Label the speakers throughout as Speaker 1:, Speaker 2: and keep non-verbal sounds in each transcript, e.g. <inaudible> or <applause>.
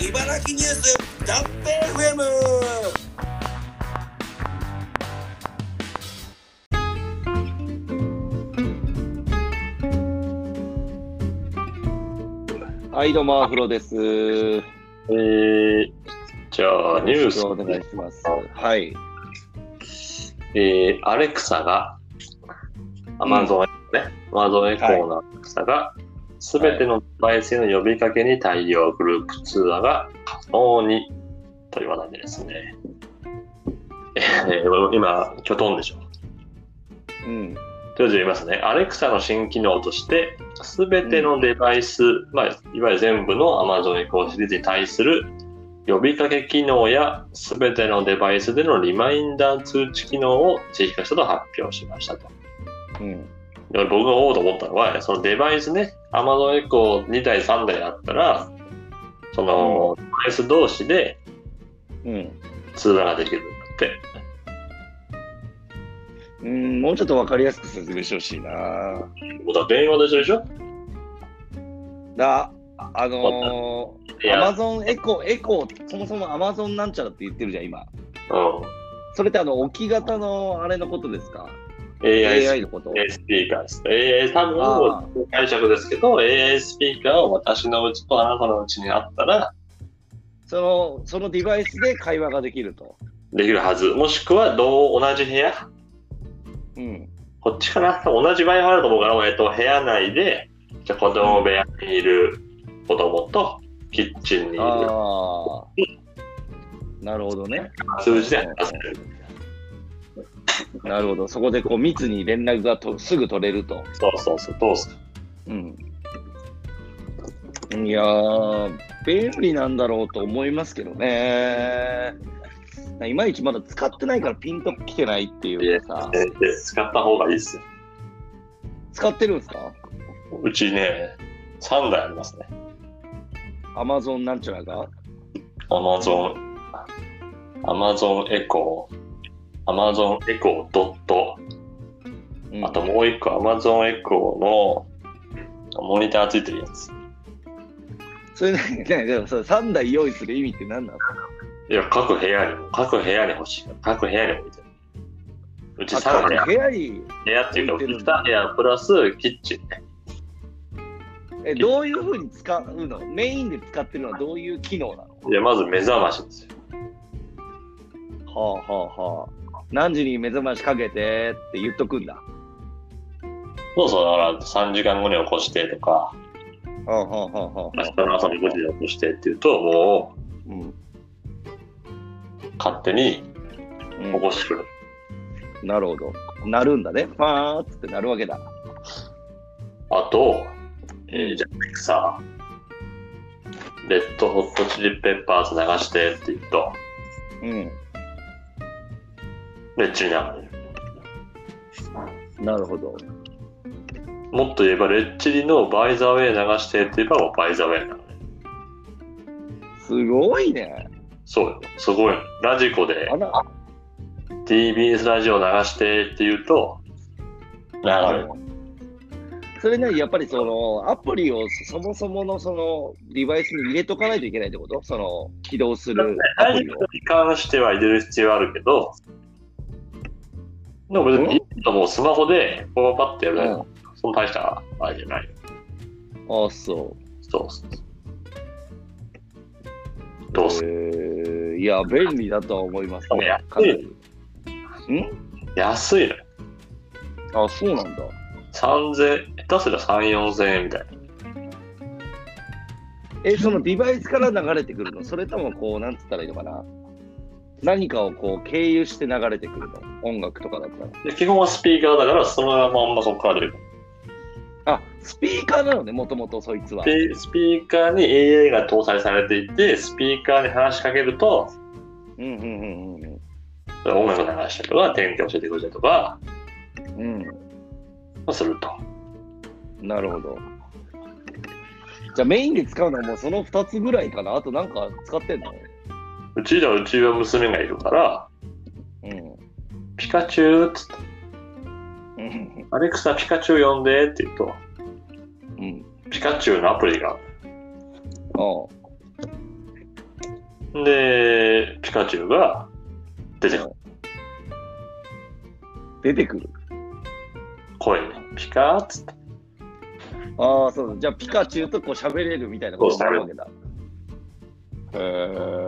Speaker 1: 茨城ニュースだっぺ FM
Speaker 2: はい、どうも、アフロです。よ
Speaker 3: えー、じゃあ、ニュ
Speaker 2: ろ
Speaker 3: ー
Speaker 2: し
Speaker 3: ス
Speaker 2: くお願いします。はい。
Speaker 3: えー、アレクサが、アマゾンエコーね、アマゾンエコーのアレクサが、すべてのデバイスへの呼びかけに対応、グループ通話が可能に、という話題でですね。えー、今、キョトンでしょ。
Speaker 2: うん。
Speaker 3: とりあえず言いますね。アレクサの新機能として、すべてのデバイス、まあ、いわゆる全部の Amazon エコーシリーズに対する呼びかけ機能や、すべてのデバイスでのリマインダー通知機能を追加したと発表しましたと。
Speaker 2: うん。
Speaker 3: で僕がおうと思ったのは、そのデバイスね、Amazon エコー2台、3台あったら、そのデバイス同士で
Speaker 2: うん。
Speaker 3: 通話ができるんだって。
Speaker 2: うん、もうちょっとわかりやすく説明してほしいな。
Speaker 3: 僕は電話と一緒でしょ
Speaker 2: だ、あの
Speaker 3: い
Speaker 2: ー、ア
Speaker 3: や、
Speaker 2: マゾンエコ、エコ、そもそもアマゾンなんちゃらって言ってるじゃん、今。
Speaker 3: う
Speaker 2: それってあの、置き型のあれのことですか
Speaker 3: ん。AI
Speaker 2: ?AI のこと。
Speaker 3: AI スピーカーです。AI、多
Speaker 2: あ
Speaker 3: 分、解釈ですけど、AI スピーカーを私のうちとあなたのうちにあったら、
Speaker 2: その、そのデバイスで会話ができると。
Speaker 3: できるはず。もしくは、どう、同じ部屋
Speaker 2: うん。
Speaker 3: こっちかな多分同じ場合あると思うから、えっと、部屋内で、じゃあ子供部屋にいる子供と、キッチンにいる
Speaker 2: ああ。なるほどね。
Speaker 3: 数字で話せる。
Speaker 2: なるほど。そこでこう密に連絡がとすぐ取れると。
Speaker 3: そうそうそう、どうする
Speaker 2: うん。いやー、便利なんだろうと思いますけどね。いまいちまだ使ってないからピンときてないっていうかさ、
Speaker 3: えで使った方がいいですよ。
Speaker 2: 使ってるんですか
Speaker 3: うちね、3台ありますね。
Speaker 2: アマゾンなんちゃらが。
Speaker 3: アマゾン、アマゾンエコー、アマゾンエコードット、
Speaker 2: うん
Speaker 3: あともう一個 Amazon エコーのモニターついてるやつ。
Speaker 2: それね、ねでもそれ3台用意する意味って何なの
Speaker 3: いや、各部屋にも、各部屋に欲しいから、各部屋に置いてる。うち
Speaker 2: あ
Speaker 3: 3部屋、
Speaker 2: 部屋に、
Speaker 3: 部屋っていうか、
Speaker 2: 置いてるんだ
Speaker 3: 2部屋プラスキッチンね。
Speaker 2: え、どういうふうに使うのメインで使ってるのはどういう機能なの
Speaker 3: いや、まず目覚ましですよ。
Speaker 2: はあはあはあ。何時に目覚ましかけてって言っとくんだ。
Speaker 3: そうそう、だから3時間後に起こしてとか、
Speaker 2: はあはあはあは
Speaker 3: 明日の朝の5時に起こしてっていうと、も
Speaker 2: うん
Speaker 3: う勝手に
Speaker 2: うん
Speaker 3: 起こしてくる。
Speaker 2: なるほど。なるんだね。ファーっつってなるわけだ。
Speaker 3: あと、えー、じゃあ、クサレッドホットチリペッパーズ流してって言うと、
Speaker 2: うん。
Speaker 3: めっちゃ流れる。
Speaker 2: なるほど。
Speaker 3: もっと言えば、レッチリのバイザーウェイ流してって言えば、もうバイザーウェイなのね。
Speaker 2: すごいね。
Speaker 3: そうよ。すごい。ラジコで
Speaker 2: あら、
Speaker 3: TBS ラジオ流してって言うと、流れる。
Speaker 2: それね、やっぱりそのアプリをそもそものそのデバイスに入れとかないといけないってことその起動するア
Speaker 3: ラ
Speaker 2: プ
Speaker 3: ジ
Speaker 2: リを
Speaker 3: コ。に関しては入れる必要はあるけど、でも別に、もうスマホで、こうパッてやるだけだからその大したあれじゃないよ。
Speaker 2: <laughs> うん、あ、そ
Speaker 3: そうそうそう。
Speaker 2: う。
Speaker 3: どうする
Speaker 2: えーいや、便利だとは思いますね。
Speaker 3: やっ
Speaker 2: かなり
Speaker 3: 安いのよ。
Speaker 2: あ、そうなんだ。
Speaker 3: 3000、下手すりゃ3、4000円みたいな。
Speaker 2: え、そのデバイスから流れてくるのそれともこう、なんつったらいいのかな何かをこう経由して流れてくるの音楽とかだったら。
Speaker 3: で基本はスピーカーだから、そのまんまそこから出る。
Speaker 2: あ、スピーカーなのね、もともとそいつは。
Speaker 3: でスピーカーに AI が搭載されていてスピーカーに話しかけると
Speaker 2: うんうんうんうん
Speaker 3: 音楽流したりとか天気教えてくれたりとか
Speaker 2: うん。
Speaker 3: すると
Speaker 2: うん、なるほど。じゃあメインで使うのはもうその2つぐらいかなあとなんか使ってんの
Speaker 3: うちらうちは娘がいるから
Speaker 2: うん。
Speaker 3: 「ピカチュウ」っつって
Speaker 2: うん
Speaker 3: 「アレクサピカチュウ呼んで」って言うと
Speaker 2: うん。
Speaker 3: ピカチュウのアプリが
Speaker 2: ああ。
Speaker 3: で、ピカチュウが出てくる
Speaker 2: 出てくる。
Speaker 3: 声ね。ピカーっつって。
Speaker 2: ああ、そうだ。じゃあ、ピカチュウとこう喋れるみたいなことになるわけだ。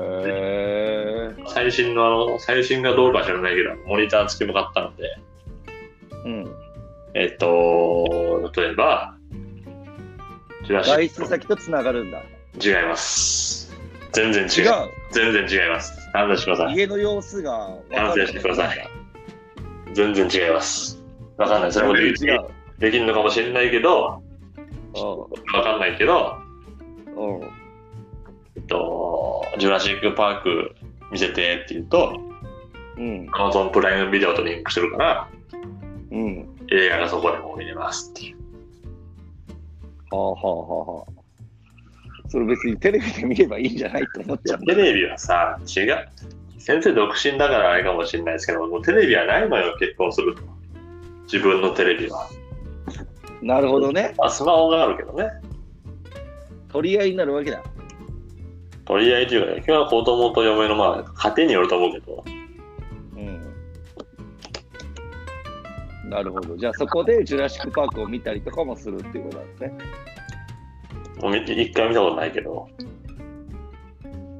Speaker 2: へえ。
Speaker 3: 最新のあの、最新がどうか知らないけど、モニター付きも買ったので、
Speaker 2: うん。
Speaker 3: えっと、例えば、ジュラシ
Speaker 2: 外
Speaker 3: ッ
Speaker 2: 出
Speaker 3: ク
Speaker 2: 先とつながるんだ。
Speaker 3: 違います。全然
Speaker 2: 違
Speaker 3: 違う。全然違います。話してくだ
Speaker 2: う。
Speaker 3: さい。
Speaker 2: 家の様子がわかる
Speaker 3: 反省してください。全然違います。わかんない。それもでき
Speaker 2: 全然違う。
Speaker 3: できるのかもしれないけど、わかんないけど、
Speaker 2: うん。うん。
Speaker 3: えっと、ジュラシック・パーク見せてって言うと、
Speaker 2: うん。
Speaker 3: Amazon プライムビデオとリンクしてるから、
Speaker 2: うん。
Speaker 3: 映画がそこでも見れますっていう。
Speaker 2: はあはあはあはあ。それ別にテレビで見ればいいんじゃないって思っちゃうんだ
Speaker 3: テレビはさ、違う。先生独身だからあれかもしれないですけど、もうテレビはないのよ、結婚すると。自分のテレビは。
Speaker 2: なるほどね。
Speaker 3: あ、スマホがあるけどね。
Speaker 2: 取り合いになるわけだ。
Speaker 3: 取り合いというかね、今日は子供と嫁の、まあ、家庭によると思うけど、
Speaker 2: うん。なるほど。じゃあそこでジュラシック・パークを見たりとかもするっていうことなんですね。
Speaker 3: もうみ一回見たことないけど、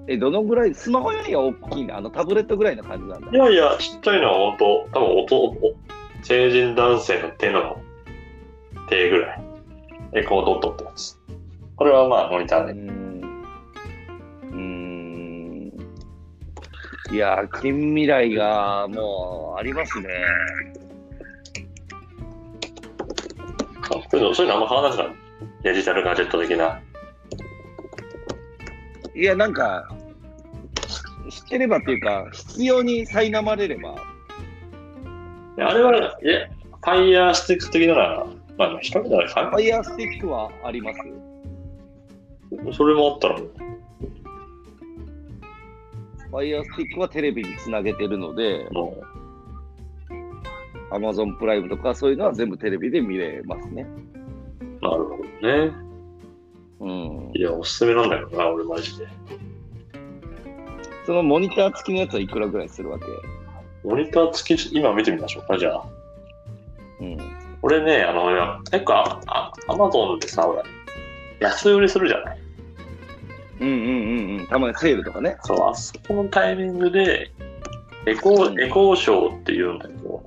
Speaker 2: え、どのぐらい、スマホよりは大きいんだ。あのタブレットぐらいの感じなんだ
Speaker 3: い。やいや、ちっちゃいのは本当、多分音、お成人男性の手の手ぐらい。エコードットってやつ。これはまあモニター
Speaker 2: うー
Speaker 3: で。
Speaker 2: ん。うーん。いやー、近未来がもうありますね。
Speaker 3: あそういうのそういうのあんま変わらないから、デジタルガジェット的な。
Speaker 2: いや、なんか、知ってればっていうか、必要に苛まれれば、
Speaker 3: いやあれは、いや、ファイヤースティック的なら、まあ、一人じゃないか
Speaker 2: ファイヤースティックはあります。
Speaker 3: それもあったらもう、
Speaker 2: ファイヤースティックはテレビにつなげてるので、
Speaker 3: も
Speaker 2: Amazon プライムとかそういうのは全部テレビで見れますね。
Speaker 3: うなるほどね。
Speaker 2: うん。
Speaker 3: いや、おすすめなんだよな、俺マジで。
Speaker 2: そのモニター付きのやつはいくらぐらいするわけ
Speaker 3: モニター付き、今見てみましょうか、じゃあ。
Speaker 2: うん。
Speaker 3: 俺ね、あの、いや結構ああ、アマゾンでさ、ほら、安売りするじゃない。
Speaker 2: うんうんうんうん。たまにセールとかね。
Speaker 3: そう、あそこのタイミングで、エコ
Speaker 2: うん
Speaker 3: ー、エコー賞って言うんだけど、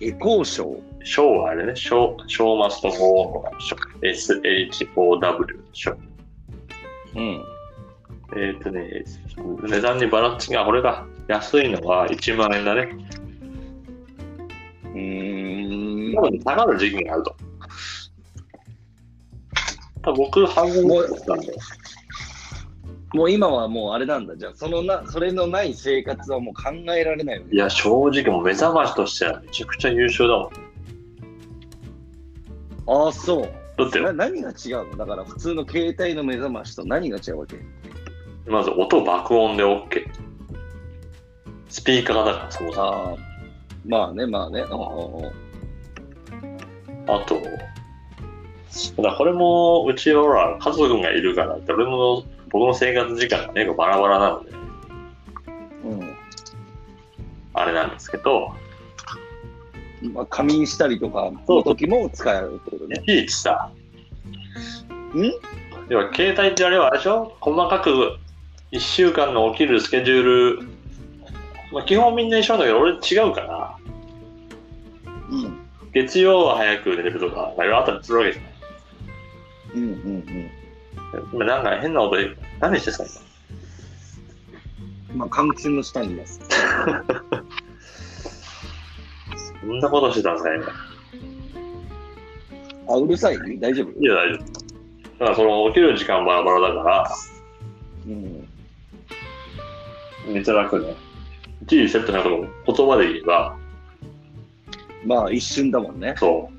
Speaker 2: エコーショー。
Speaker 3: 賞はあれね、賞、賞マスト4の賞、SH4W 賞。
Speaker 2: うん。
Speaker 3: えっ、とね、値段にばらつきが、これが安いのは1万円だね。
Speaker 2: うーん
Speaker 3: 多。分下がる時期があると。多分僕、半分ぐらいだったんで。
Speaker 2: もう今はもうあれなんだ。じゃあ、そのな、それのない生活はもう考えられないよね。
Speaker 3: いや、正直もう目覚ましとしてはめちゃくちゃ優秀だもん。
Speaker 2: ああ、そう。
Speaker 3: だって、
Speaker 2: な何が違うのだから普通の携帯の目覚ましと何が違うわけ
Speaker 3: まず音爆音で OK。スピーカーだから、そもそも。
Speaker 2: ああ。まあね、まあね。うんうんうん
Speaker 3: あと、だからこれも、うちはほら、家族がいるから、俺も、僕の生活時間がね、バラバラなので、
Speaker 2: う
Speaker 3: あれなんですけど、
Speaker 2: ん。まあ、仮眠したりとか
Speaker 3: そう
Speaker 2: の時も使えるってことね
Speaker 3: い。ちいちさ、
Speaker 2: ん
Speaker 3: 要は携帯ってあれはあれでしょ細かく1週間の起きるスケジュール、まあ、基本みんな一緒なんだけど、俺違うから、
Speaker 2: うん。
Speaker 3: 月曜は早く寝るとか、まあいろいろあったりするわけじゃない。
Speaker 2: うんうん
Speaker 3: 今なんか変な音、何してたん
Speaker 2: うん。まあ、換気扇の下にいます。
Speaker 3: そんなことしてたんですか、今。
Speaker 2: あ、うるさい大丈夫
Speaker 3: いや、大丈夫。だからその起きる時間バラバラだか
Speaker 2: うん。
Speaker 3: ら、めっちゃ楽ね。一時セットなんかも言葉で言えば、
Speaker 2: まあ、一瞬だもんね。
Speaker 3: そう。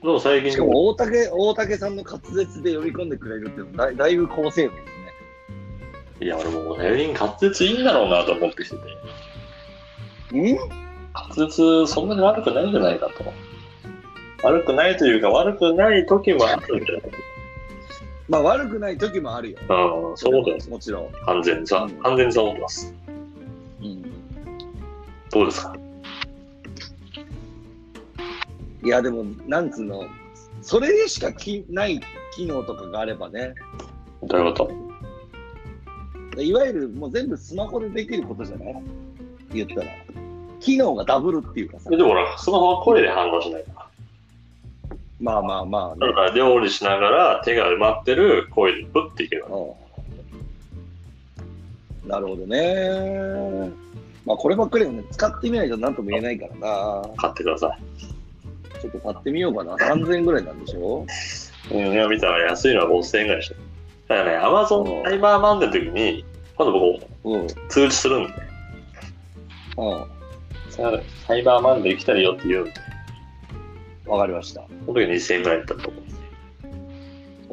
Speaker 3: でも最近、
Speaker 2: しかも大竹、大竹さんの滑舌で呼び込んでくれるっていうのだいだいぶ高性能ですね。
Speaker 3: いや、俺もう最近滑舌いいんだろうなと思ってきてて、
Speaker 2: うん
Speaker 3: 滑舌そんなに悪くないんじゃないかと。悪くないというか、悪くない時もあるんじゃない
Speaker 2: まあ悪くない時もあるよ。
Speaker 3: ああ、そういうことです。
Speaker 2: もちろん。
Speaker 3: 完全にさ、
Speaker 2: うん
Speaker 3: 完全にそう思ってます。
Speaker 2: うん
Speaker 3: どうですか
Speaker 2: いや、でも、なんつうの、それでしかきない機能とかがあればね、
Speaker 3: どういうこと
Speaker 2: いわゆるもう全部スマホでできることじゃない言ったら。機能がダブルっていうかさ
Speaker 3: え。でもほら、スマホは声で反応しないか
Speaker 2: まあまあまあ
Speaker 3: ら。
Speaker 2: ね
Speaker 3: だ。から料理しながら手が埋まってる声でプッていけば。
Speaker 2: うんなるほどね。まあこればっかりはね、使ってみないと何とも言えないからな。
Speaker 3: 買ってくださ
Speaker 2: ちょっと買ってみようかな。3000円ぐらいなんでしょ
Speaker 3: い。うん、今見たら安いのは5000円ぐらいでした。だからね、アマ
Speaker 2: う
Speaker 3: ゾ
Speaker 2: ん
Speaker 3: ンタイマーマンデーの時に、今度僕、
Speaker 2: うん。うん。
Speaker 3: 通知するんで、サイバーマンデー来たりよって言うんで、
Speaker 2: わかりました。
Speaker 3: その時2000円ぐらいだったと思う。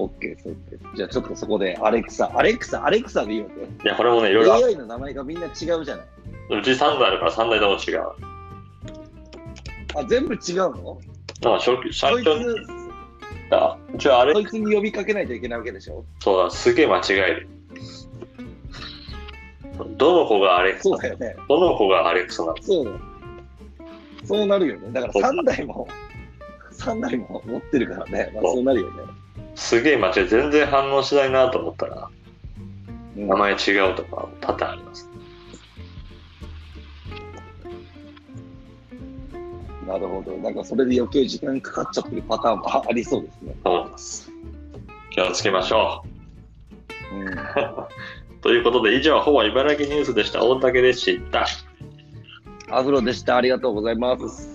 Speaker 2: OK です、OK です。じゃあちょっとそこで、アレクサ、アレクサ、アレクサでいいよね。
Speaker 3: いや、これもね、いろいろあっ
Speaker 2: AI の名前がみんな違うじゃない。
Speaker 3: うち3台あるから3台とも違う。
Speaker 2: あ、全部違うの
Speaker 3: なんか初期、
Speaker 2: そ
Speaker 3: 最
Speaker 2: い
Speaker 3: 初に
Speaker 2: つ、
Speaker 3: あ、うちはあれ
Speaker 2: そいつに呼びかけないといけないわけでしょ
Speaker 3: そうだ、すげえ間違える。どの子がアレクサ
Speaker 2: そうだよね。
Speaker 3: どの子がアレクサなの
Speaker 2: そう。そうなるよね。だから3台も、3台も持ってるからね。まあ、そうなるよね。
Speaker 3: すげえ間違え、全然反応しないなと思ったら、
Speaker 2: うん
Speaker 3: 名前違うとか多々あります。
Speaker 2: なるほど。なんかそれで余計時間かかっちゃってるパターンもあありそうですね。
Speaker 3: と思います。気をつけましょ
Speaker 2: うん。
Speaker 3: う。ということで、以上、ほぼ茨城ニュースでした。大竹でした。
Speaker 2: アフロでした。ありがとうございます。